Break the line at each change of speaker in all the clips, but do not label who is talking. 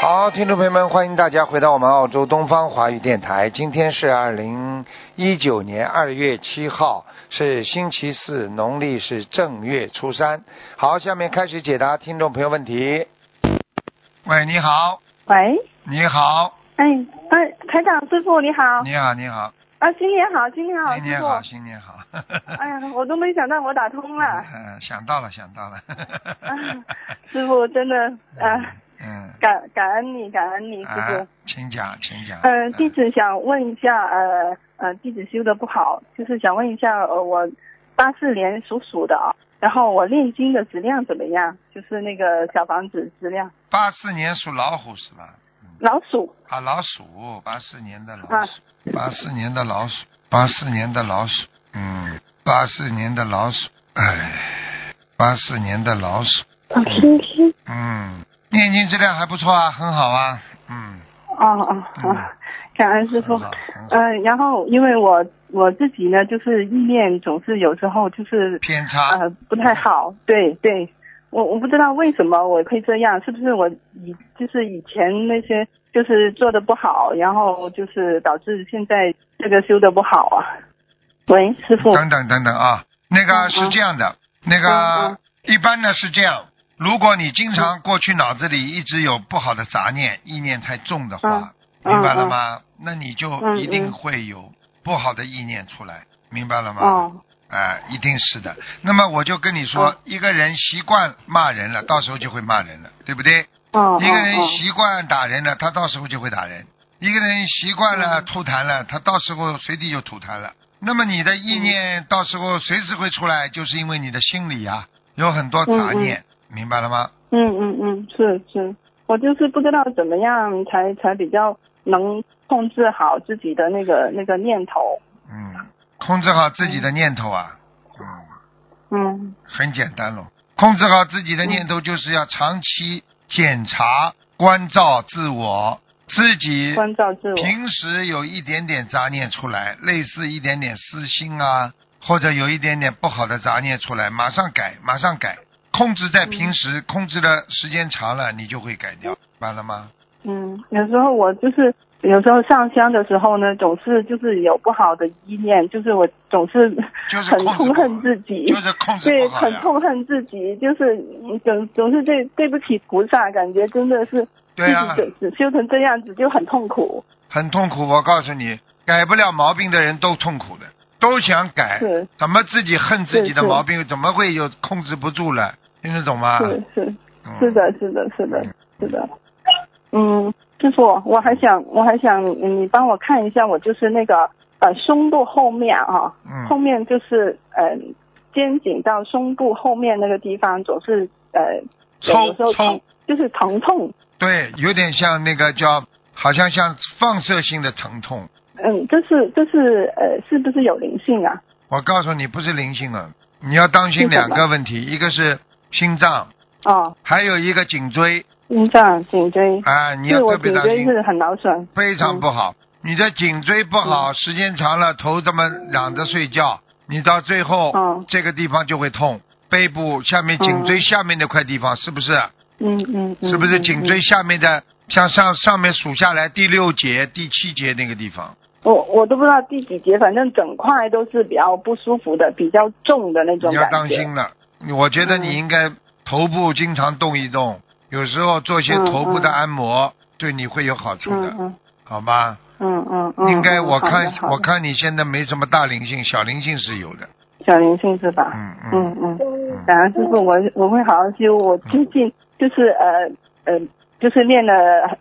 好，听众朋友们，欢迎大家回到我们澳洲东方华语电台。今天是二零一九年二月七号，是星期四，农历是正月初三。好，下面开始解答听众朋友问题。喂，你好，
喂，
你好，
哎，哎，台长师傅你好，
你好，你好，
啊，新年好，新年好，
新
师
年
傅，
好，新年好。
哎呀，我都没想到我打通了， 呃啊
嗯，想到了，想到 了。
师傅真的啊，
嗯，
感感恩你，感恩你，师
啊
傅。，
请讲，请讲。呃
嗯、弟子想问一下，呃呃，弟子修的不好，就是想问一下，呃，我八四年属鼠的啊，然后我念经的质量怎么样？就是那个小房子质量，
八四年属老虎是吧？
老鼠
啊，老鼠，八四年的老
啊
鼠，八四年的老鼠，八四年的老鼠，嗯，八四年的老鼠，哎，八四年的老鼠，
啊，听听，
嗯，念经质量还不错啊，很好啊，嗯，
哦哦哦，感恩师傅。
很好，很好，
嗯，然后因为我我自己呢，就是意念总是有时候就是
偏差，
呃不太好，对对，我我不知道为什么我会这样，是不是我以就是以前那些就是做的不好，然后就是导致现在这个修的不好啊？喂，师傅，
等等等等啊，那个
嗯
是
嗯
这样的，那
嗯
个
嗯
一般呢是这样。如果你经常过去脑子里一直有不好的杂念、意念太重的话，
嗯
明白了
嗯
吗？那你就
嗯
一定
嗯
会有不好的意念出来，明白了吗？
哦，
哎、一定是的。那么我就跟你说，
嗯
一个人习惯骂人了，到时候就会骂人了，对不对？
哦，
一个人
哦
习惯打人了，他到时候就会打人；一个人习惯了
嗯
吐痰了，他到时候随地就吐痰了。那么你的意
嗯
念到时候随时会出来，就是因为你的心里啊有很多杂念，明白了吗？
嗯嗯嗯，是是，我就是不知道怎么样才才比较能控制好自己的那个那个念头，
嗯，控制好自己的念头啊，嗯，
嗯。
很简单喽。控制好自己的念头，就是要长期检查、关照自我，自己
关照自我。
嗯平时有一点点杂念出来，类似一点点私心啊，或者有一点点不好的杂念出来，马上改，马上改，控制在平时，
嗯
控制的时间长了，你就会改掉，完了吗？
嗯，有时候我就是有时候上香的时候呢，总是就是有不好的意念，就是我总是
就是
很
控制
痛
不好
恨自己，
就是控制
嗯对，
不好
很
呀。
痛恨自己，就是嗯总总是对对不起菩萨，感觉真的是自
对啊呀、
己整修成这样子就很痛苦。
很痛苦。我告诉你，改不了毛病的人都痛苦的，都想改
是，
怎么自己恨自己
是
的
是
毛病，怎么会有控制不住了？听得懂吗？
是是
嗯
是的，是的，是的，是的。嗯，师傅，我还想我还想嗯你帮我看一下，我就是那个呃胸部后面啊，后
嗯，
面就是呃肩颈到胸部后面那个地方总是呃有时
抽抽
候疼，就是疼痛，
对，有点像那个叫，好像像放射性的疼痛。
嗯，这是这是呃是不是有灵性啊？
我告诉你，不是灵性了，你要当心
是什
两
么
个问题，一个是心脏，
哦，
还有一个颈椎
心脏颈椎，
啊，你要
对我
特别
颈
当
椎
心，
是很劳损，
非常不好。你的颈椎不
嗯
好，时间长了头这么仰着睡觉，你到最后、
嗯
这个地方就会痛，背部下面颈椎下面那块地方、是不是？
嗯嗯嗯，
是不是
嗯
颈？椎
嗯
下面的，像上上面数下来第六节、第七节那个地方？
我我都不知道第几节，反正整块都是比较不舒服的，比较重的那种
你要
感
当
觉。
心了。我觉得你
嗯
应该头部经常动一动，有时候做些
嗯
头部的
嗯
按摩，对你会有好处的，
嗯嗯
好吧？
嗯嗯嗯，
应该
嗯
我
好的
看
好的
我看你现在没什么大灵性，小灵性是有的。
小灵性是吧？
嗯
嗯
嗯，
嗯，感恩师傅，我我会好好修。我最近
嗯
就是呃呃，就是练了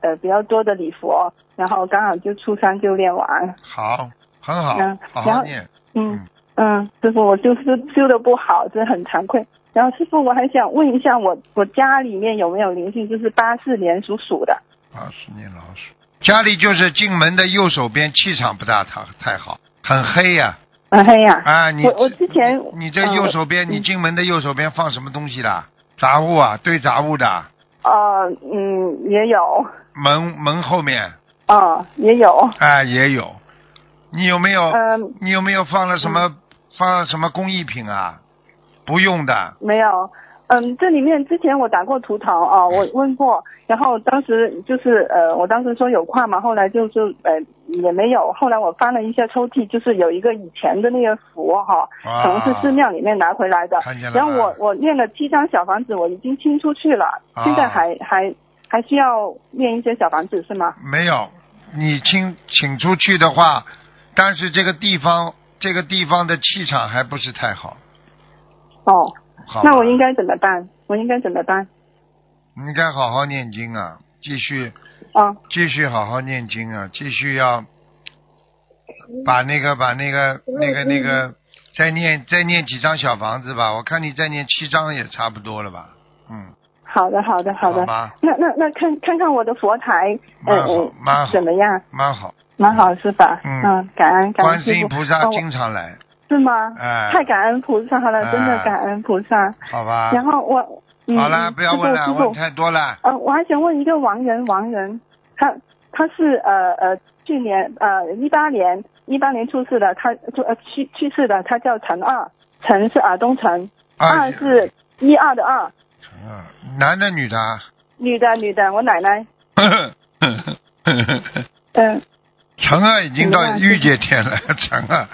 呃比较多的礼佛，然后刚好就初三就练完。
好，很好好
嗯，然
好
后
念。
嗯嗯，师傅，我就是修的不好，真的很惭愧。然后师傅，我还想问一下我，我家里面有没有灵性？就是八四年属鼠的。
八十年老鼠，家里就是进门的右手边气场不大太太好，很黑呀
啊嘿呀、
啊你
我我之前
你这右手边，
嗯
你进门的右手边放什么东西啦？杂物啊，堆杂物的啊，
呃嗯也有，
门门后面。
哦也有，
啊，也有。你有没有？
嗯
你有没有放了什么？放了什么工艺品啊？不用的。
没有。嗯，这里面之前我打过图腾啊，我
嗯
问过，然后当时就是呃，我当时说有矿嘛，后来就是呃也没有，后来我翻了一下抽屉，就是有一个以前的那个符哈、
啊
可能是寺庙里面拿回来的
看见了，啊
然后我
吧
我念了七张小房子，我已经清出去了，
啊
现在还还还需要念一些小房子是吗？
没有，你请请出去的话，但是这个地方这个地方的气场还不是太好，
哦，
好吧。
那我应该怎么办？我应该怎么办？
你应该好好念经啊，继续
啊，
继续好好念经啊，继续要
嗯
把那个把那个那个那个再念再念几张小房子吧，我看你再念七张也差不多了吧，嗯，
好的，好的，好的。
吧，
那那那看看看我的佛台，嗯
蛮好
嗯
蛮，好
怎么样？
蛮好。
蛮好是吧？
嗯
感恩感
观
恩
世
师
音
傅。
菩萨
哦
经常来，
是吗？
哎
太感恩菩萨了，真的
哎
感恩菩萨。
好吧？
然后我，嗯、
好了，不要问了，
师傅
问
师
太多了。
傅，呃，我还想问一个亡人，亡人，他他是呃呃去年呃一八年一八年出世的，他就呃去去世的，他叫陈二，陈是耳东陈，二是一二的二，
嗯，啊男的女的啊？
女的女的，我奶奶，嗯、
陈二已经到御界天 了，陈二。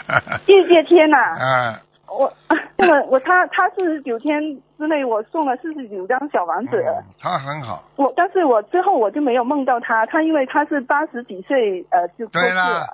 玉界天呐、
啊，
我 这个我他他是九天之内我送了四十九张小王子。
嗯他很好。
我，但是我之后我就没有梦到他，他因为他是八十几岁，呃，就过
对
世
啦
了，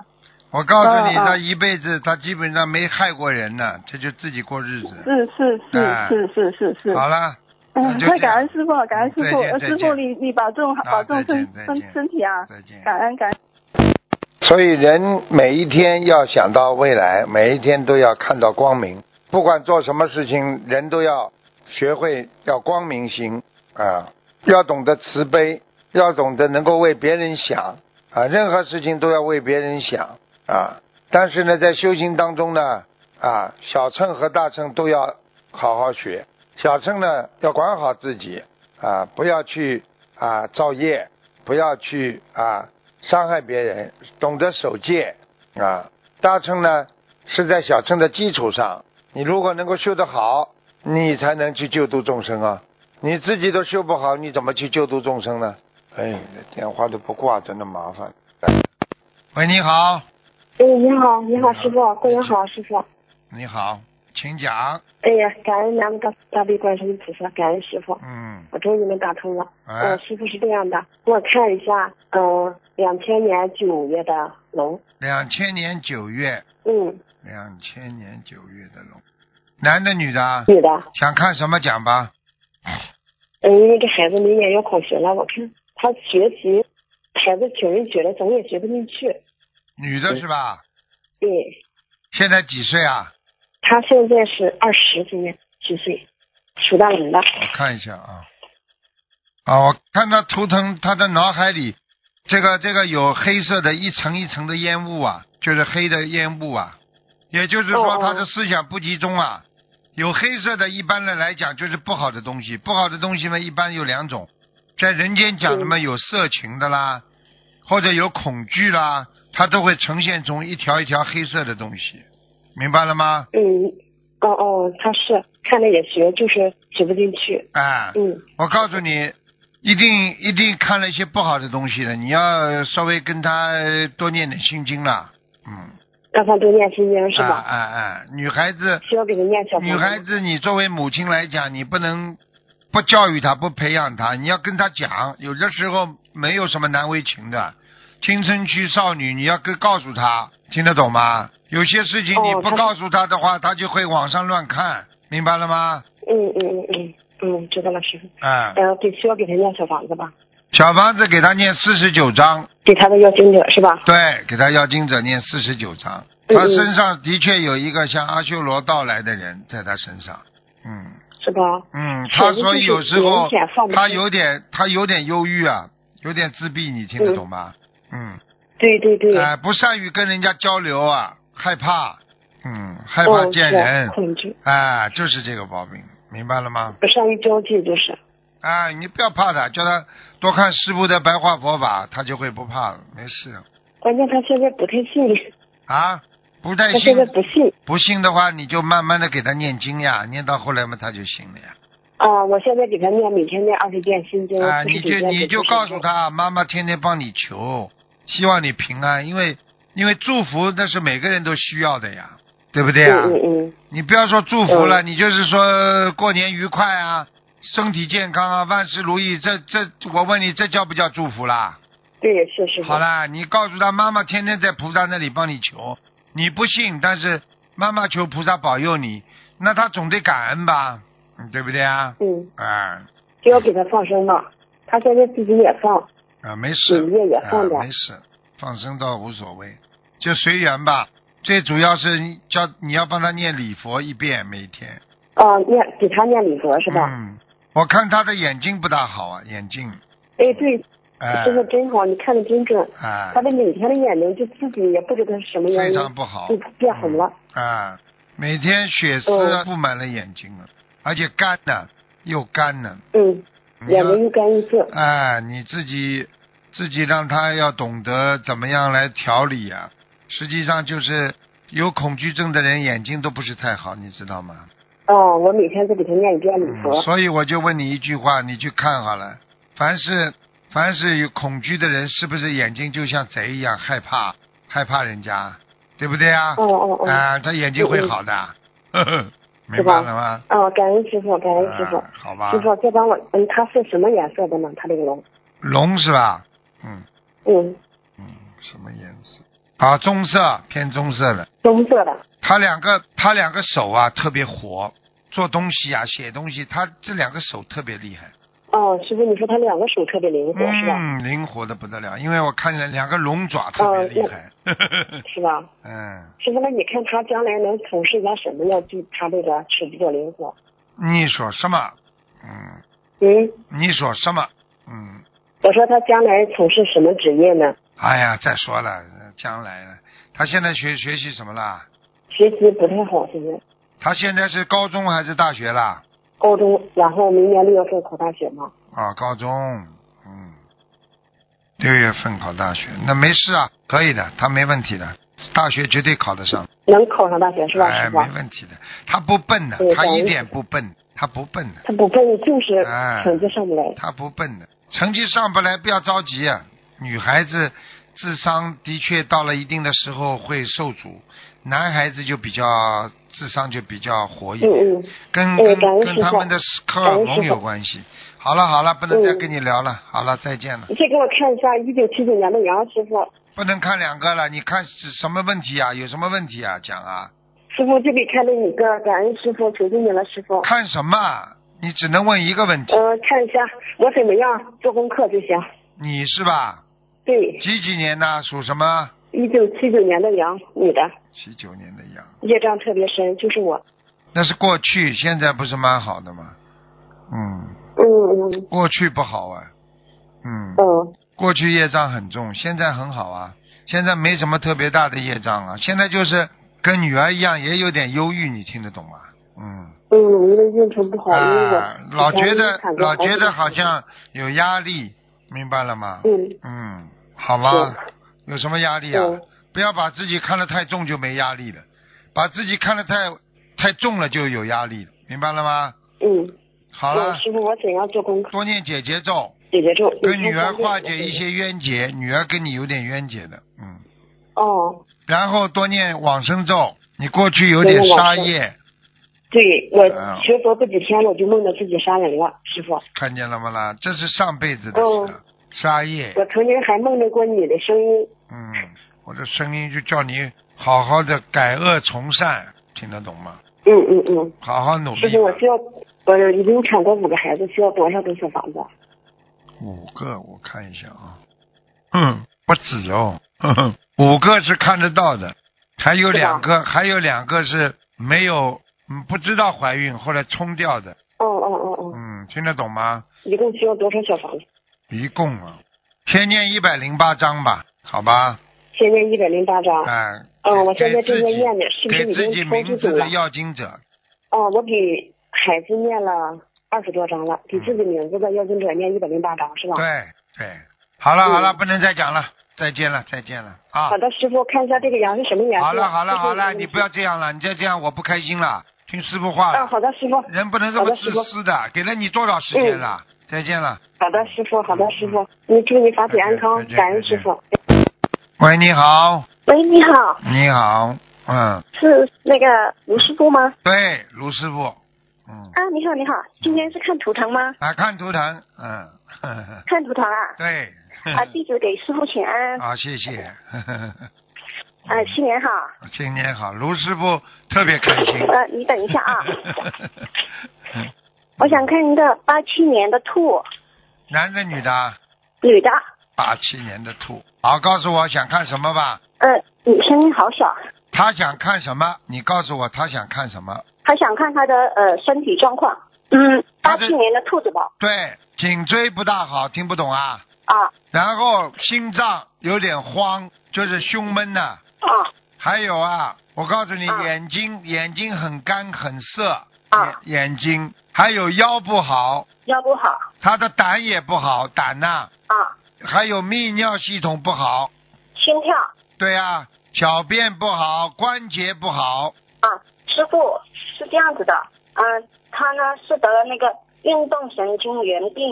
我告诉你，
嗯嗯
他一辈子他基本上没害过人呢，这就自己过日子。
是是
哎
是是是是是，
好了，那
嗯，
就这样
太感恩师傅了，感恩师傅，
再见
呃
再
师傅
见
你你保重
啊
保重
再见
身
再
身
见
身体啊，
再见。
感恩感恩。
所以人每一天要想到未来，每一天都要看到光明。不管做什么事情，人都要学会要光明心啊，要懂得慈悲，要懂得能够为别人想啊，任何事情都要为别人想啊。但是呢，在修行当中呢，啊，小乘和大乘都要好好学。小乘呢，要管好自己啊，不要去啊造业，不要去啊伤害别人，懂得守戒啊。大乘呢是在小乘的基础上，你如果能够修得好，你才能去救度众生啊。你自己都修不好，你怎么去救度众生呢？哎，这电话都不挂，真的麻烦。喂，你好，
哎，你好，你好，师傅，过年好，师傅。
你好，请讲。
哎呀，感恩南无大大悲观世音菩萨，感恩师傅，
嗯，
我终于能打通了。
哎
呃，师傅是这样的，给我看一下，嗯、呃，两千年九月的龙，
两千年九月，
嗯，
两千年九月的龙，男的女的啊？
女的，
想看什么讲吧？
嗯，因为这孩子明年要考学了，我看他学习，孩子挺认学的，怎么也学不进去。
女的是吧？
对，
现在几岁啊？
他现在是二十，今年十岁，属大龙的。
我看一下啊，啊，我看他图腾，他的脑海里这个这个有黑色的一层一层的烟雾啊，就是黑的烟雾啊，也就是说
哦哦
他的思想不集中啊。有黑色的，一般的来讲就是不好的东西，不好的东西嘛，一般有两种，在人间讲的嘛，有色情的啦，或者有恐惧啦，它都会呈现成一条一条黑色的东西，明白了吗？
嗯，哦哦，他是看着也学，就是学不进去。
哎、
嗯。
我告诉你，一定一定看了一些不好的东西了，你要稍微跟他呃多念点心经了。嗯，
让他多念心经是
哎
吧？
哎哎，女孩子，
需要给他念小房子
女孩子，你作为母亲来讲，你不能不教育她，不培养她，你要跟她讲，有的时候没有什么难为情的。青春期少女，你要跟告诉她，听得懂吗？有些事情你
哦
不
她
告诉她的话，她就会网上乱看，明白了吗？
嗯嗯嗯嗯嗯，知道了师傅。
哎、
呃，给需要给他念小房子吧，
小房子给她念四十九章。
给他的要经者是吧？
对，给他要经者念四十九章。
嗯
他
嗯
身上的确有一个像阿修罗道来的人在他身上，嗯
是吧？
嗯，
是
他所以有时候
明显放不
他
开
有点他有点忧郁啊，有点自闭，你听得懂吗？嗯，
对对对，
哎、不善于跟人家交流啊，害怕，嗯，害怕
嗯
见
是啊
人，
恐惧，
哎、就是这个毛病，明白了吗？
不善于交际就是。
哎、你不要怕他，叫他多看师傅的白话佛法，他就会不怕了，没事
关键他现在不太信，
啊，不太
他
信
现在不信。
不信的话，你就慢慢的给他念经呀，念到后来嘛，他就信了呀。
啊，我现在给他念，每天念二十遍心经，
啊，
四
你
十
就
九遍
你就
准提
告
神
诉
咒
他，妈妈天天帮你求，希望你平安，因为因为祝福那是每个人都需要的呀，对不对嗯呀？
嗯嗯
你不要说祝福了，你就是说过年愉快啊，身体健康啊，万事如意，这这我问你，这叫不叫祝福啦？
嗯，对，是是。
好。啦，你告诉他妈妈天天在菩萨那里帮你求，你不信，但是妈妈求菩萨保佑你，那他总得感恩吧，嗯对不对啊？
嗯，
啊啊、
就要给他放生嘛。他现在自己也放，
啊没事，
你也也放点
啊，没事，放生倒无所谓，就随缘吧。最主要是你叫你要帮他念礼佛一遍每天，
啊，念给他念礼佛是吧？
嗯，我看他的眼睛不大好啊，眼睛，
哎，对，
哎、
这个真好，你看的真准。
哎、
他的每天的眼睛就自己也不知道是什么原
非
因，
常不好
就变红了。
啊，每天血丝啊
嗯
布满了眼睛了，而且干呢，又干呢。
嗯，
你
眼
要
睛一干一涩。
哎，你自己自己让他要懂得怎么样来调理呀、实际上就是有恐惧症的人眼睛都不是太好，你知道吗？
哦，我每天都给他念一遍礼佛。
嗯，所以我就问你一句话，你去看好了。凡是凡是有恐惧的人，是不是眼睛就像贼一样害怕害怕人家，对不对啊？
哦哦哦。
啊，他眼睛会好的，呵呵， 明
是吧
白了吗？
啊，感恩师傅，感恩师傅
啊，好嗯吧
师。傅再帮我，嗯，他是什么颜色的呢？他这个龙，
龙是吧？嗯
嗯，
嗯，什么颜色？啊，棕色，偏棕色的。
棕色的，
他两个他两个手啊特别活，做东西啊写东西，他这两个手特别厉害，
哦，师傅，你说他两个手特别灵活、是吧？
嗯，灵活的不得了。因为我看见两个龙爪特别厉害，
是吧？
嗯，
师傅，那你看他将来能从事点什么呢？就他这个手比较灵活。
你说什么？嗯，
嗯，
你说什么？嗯，
我说他将来从事什么职业呢？
哎呀，再说了，将来了，他现在学学习什么啦？
学习不太好，现在
他现在是高中还是大学啦？
高中，然后明年六月份考大学嘛。
啊，高中，嗯，六月份考大学，那没事啊，可以的，他没问题的，大学绝对考得上，
能考上大学是吧，
哎，
师傅
没？问题的，他不笨的
对，
他
感
一
恩
点不笨，他不笨的，
他不笨，就是
哎
成绩上不来。
他不笨的，成绩上不来不要着急啊，女孩子智商的确到了一定的时候会受阻，男孩子就比较智商就比较活跃，
嗯嗯，
跟
哎
跟
感恩
跟
师
他
傅
们的荷尔
感恩师
蒙
傅
有关系。好了好了，不能再
嗯
跟你聊了，好了再见了。
你再给我看一下一九七九年的杨师傅，
不能看两个了，你看是什么问题啊？有什么问题啊？讲啊，
师傅就给看了一个，感恩师傅，求求你了，师傅。
看什么啊？你只能问一个问题，
呃，看一下我怎么样做功课就行。
你是吧？
对，
几几年的？属什么？
一九七九年的羊，女的，
七九年的羊，
业障特别深，就是我。
那是过去，现在不是蛮好的吗？嗯，
嗯嗯
过去不好啊，嗯，
嗯
过去业障很重，现在很好啊，现在没什么特别大的业障啊，现在就是跟女儿一样，也有点忧郁，你听得懂吗？嗯。
嗯，因为运程不好，因为
啊，
我
老觉得
以前
老觉得
产
好
过
像有压力，明白了吗？
嗯
嗯，好吗？有什么压力啊
嗯？
不要把自己看得太重就没压力了，把自己看得太太重了就有压力了，明白了吗？
嗯，
好了
嗯，师傅，我怎样做功课
多念姐姐咒，
解决咒？
跟
你看
女儿
看这
化
个
解一
怎么
些冤结，女儿跟你有点冤结的，嗯。
样。哦，
然后多念往生咒，你过去有
多
点
念往
杀
生
业，
对我
嗯
学佛不几天，我就梦到自己杀人了，师傅。
看见了吗啦？这是上辈子的
嗯
事，啊杀业。
我曾经还梦到过你的声音，
嗯，我的声音就叫你好好的改恶从善，听得懂吗？
嗯嗯嗯，
好好努
师
力
傅，
吧。
我需要，我已经产过五个孩子，需要多少个小房子？啊
五个，我看一下啊，嗯，不止哦，呵呵五个是看得到的，还有
是吧
两个，还有两个是没有，嗯，不知道怀孕后来冲掉的，
哦哦哦哦，
嗯，听得懂吗？
一共需要多少小房子？
一共啊，先念一百零八章吧，好吧？
先念一百零八章。
哎、
嗯，
给
我现在
给自
正在
己
念呢，是不是
给
已
自己
经超
名
出
字
走了
的？要经者，
哦，我给孩子念了二十多章了，给自己名字的要经者念一百零八章是吧？
对对，好了好了，
嗯
不能再讲了，再见了再见了啊
好！的，师傅，看一下这个羊是什么颜色？
好了好了
这是
好了，
一个
你不要这样了，你再这样我不开心了。听师傅话
啊，
了，
好的，师傅，
人不能这么
好的
自
师傅嗯
私的。给了你多少时间了？再见了。
好的，师傅，好的，师傅，你祝你法体安康
再，见
感恩师傅。
喂，你好，
喂，你好，
你好，嗯，
是那个卢师傅
啊
吗？
对，卢师傅，嗯，
啊，你好，你好，今天是看图腾吗？
啊，看图腾，嗯， 呵呵
看图腾啊？
对，
啊，弟子给师傅请 安，
好，啊谢谢，呵呵
啊，新年好。
新年好，卢师傅特别开心。
呃，你等一下啊，
嗯
我想看一个八七年的兔，
男的女的啊？
女的，
八七年的兔。好，告诉我想看什么吧。
呃，你声音好小，
他想看什么？你告诉我他想看什么。
还想看她的呃身体状况。嗯，
她
八
的
七年的兔子吧，
对，颈椎不大好，听不懂啊。
啊
然后心脏有点慌，就是胸闷呐、
啊
还有啊，我告诉你，
啊
眼睛眼睛很干很涩，
啊，
眼眼睛还有腰不好，
腰不好
他的胆也不好，胆呐、
啊，
还有泌尿系统不好，
心跳
对啊，小便不好，关节不好，
啊，师傅是这样子的，嗯、她呢是得了那个运动神经元病，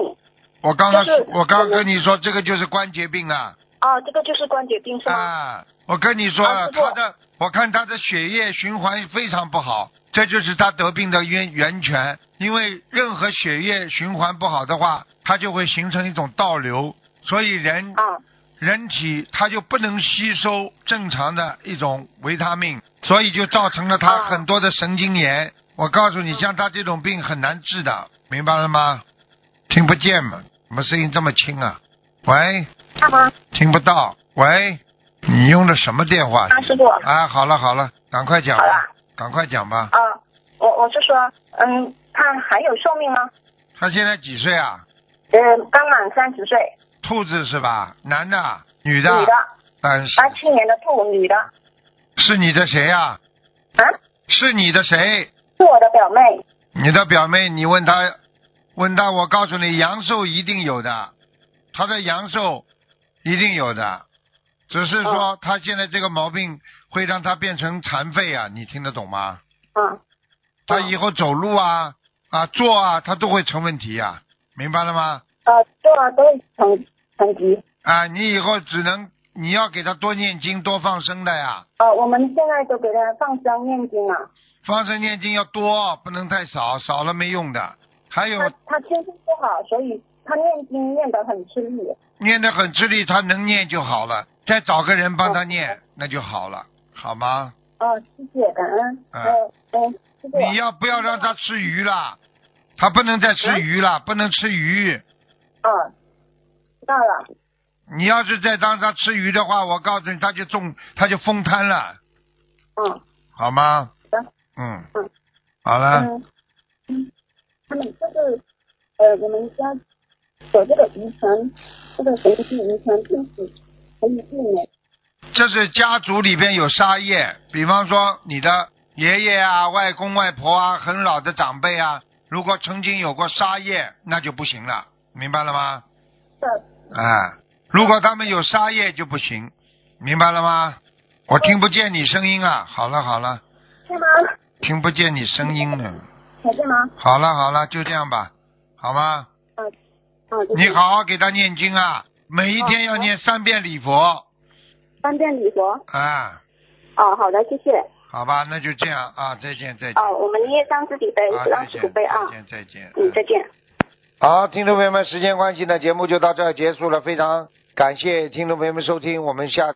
我刚刚、
就是
我刚刚跟你说，这个就是关节病啊
哦，这个就是关节病是吗？
啊！我跟你说
啊
了，
师傅
他的我看他的血液循环非常不好，这就是他得病的源源泉。因为任何血液循环不好的话，它就会形成一种倒流，所以人、
啊
人体它就不能吸收正常的一种维他命，所以就造成了他
啊
很多的神经炎。我告诉你，像他这种病很难治的，明白了吗？听不见嘛？怎么声音这么轻啊？喂，
大吗？
听不到。喂，你用的什么电话？
啊，师傅，啊，
啊，好了好了，赶快讲
好
吧
了，
赶快讲吧。
呃我我是说，嗯，他还有寿命吗？
他现在几岁啊？
嗯，刚满三十岁，
兔子是吧？男的，啊女
女
的？
的，
但是
八七年的兔，女的，啊，
是你的谁呀、
嗯
是你的谁？
是我的表妹，
你的表妹，你问她，问她，我告诉你，阳寿一定有的，她的阳寿一定有的，只是说她现在这个毛病会让她变成残废啊，你听得懂吗？
嗯，
她以后走路啊啊坐啊，她都会成问题啊，明白了吗？
呃，做了都是成成绩，
啊，你以后只能你要给她多念经，多放生的呀，
呃，我们现在就给他放生念经啊了。
放生念经要多，不能太少，少了没用的。还有
他他天性不好，所以他念经念得很吃力。
念得很吃力，他能念就好了，再找个人帮他念，那就好了，好吗？
哦，谢谢，感恩。
嗯
呃，嗯，师傅，
你要不要让他吃鱼啦？他不能再吃鱼了，不能吃鱼。
哦，知道了。
你要是再让他吃鱼的话，我告诉你，他就中，他就疯瘫了，
嗯
好吗
行？
嗯
嗯，
好了，
嗯，嗯，他们就是呃，我们家
呃
有这个遗传，这个神经遗传病史可以避免。
这是家族里边有杀业，比方说你的爷爷啊、外公外婆啊、很老的长辈啊，如果曾经有过杀业，那就不行了，明白了吗？
的。
啊，如果他们有杀业就不行，明白了吗？我听不见你声音啊！好了好了，
是吗？
听不见你声音了。
还在吗？
好了好了，就这样吧，好吗？
啊，就是
你好好给他念经啊，每一天要念三遍礼佛
三遍礼佛。
啊，
哦，好的，谢谢。
好吧，那就这样啊，再见再见，
哦，我们业障自己背，
啊
让
再
师傅
见
背啊
再。见再见，
嗯，再见。
好，听众朋友们，时间关系呢，节目就到这儿结束了。非常感谢听众朋友们收听，我们下。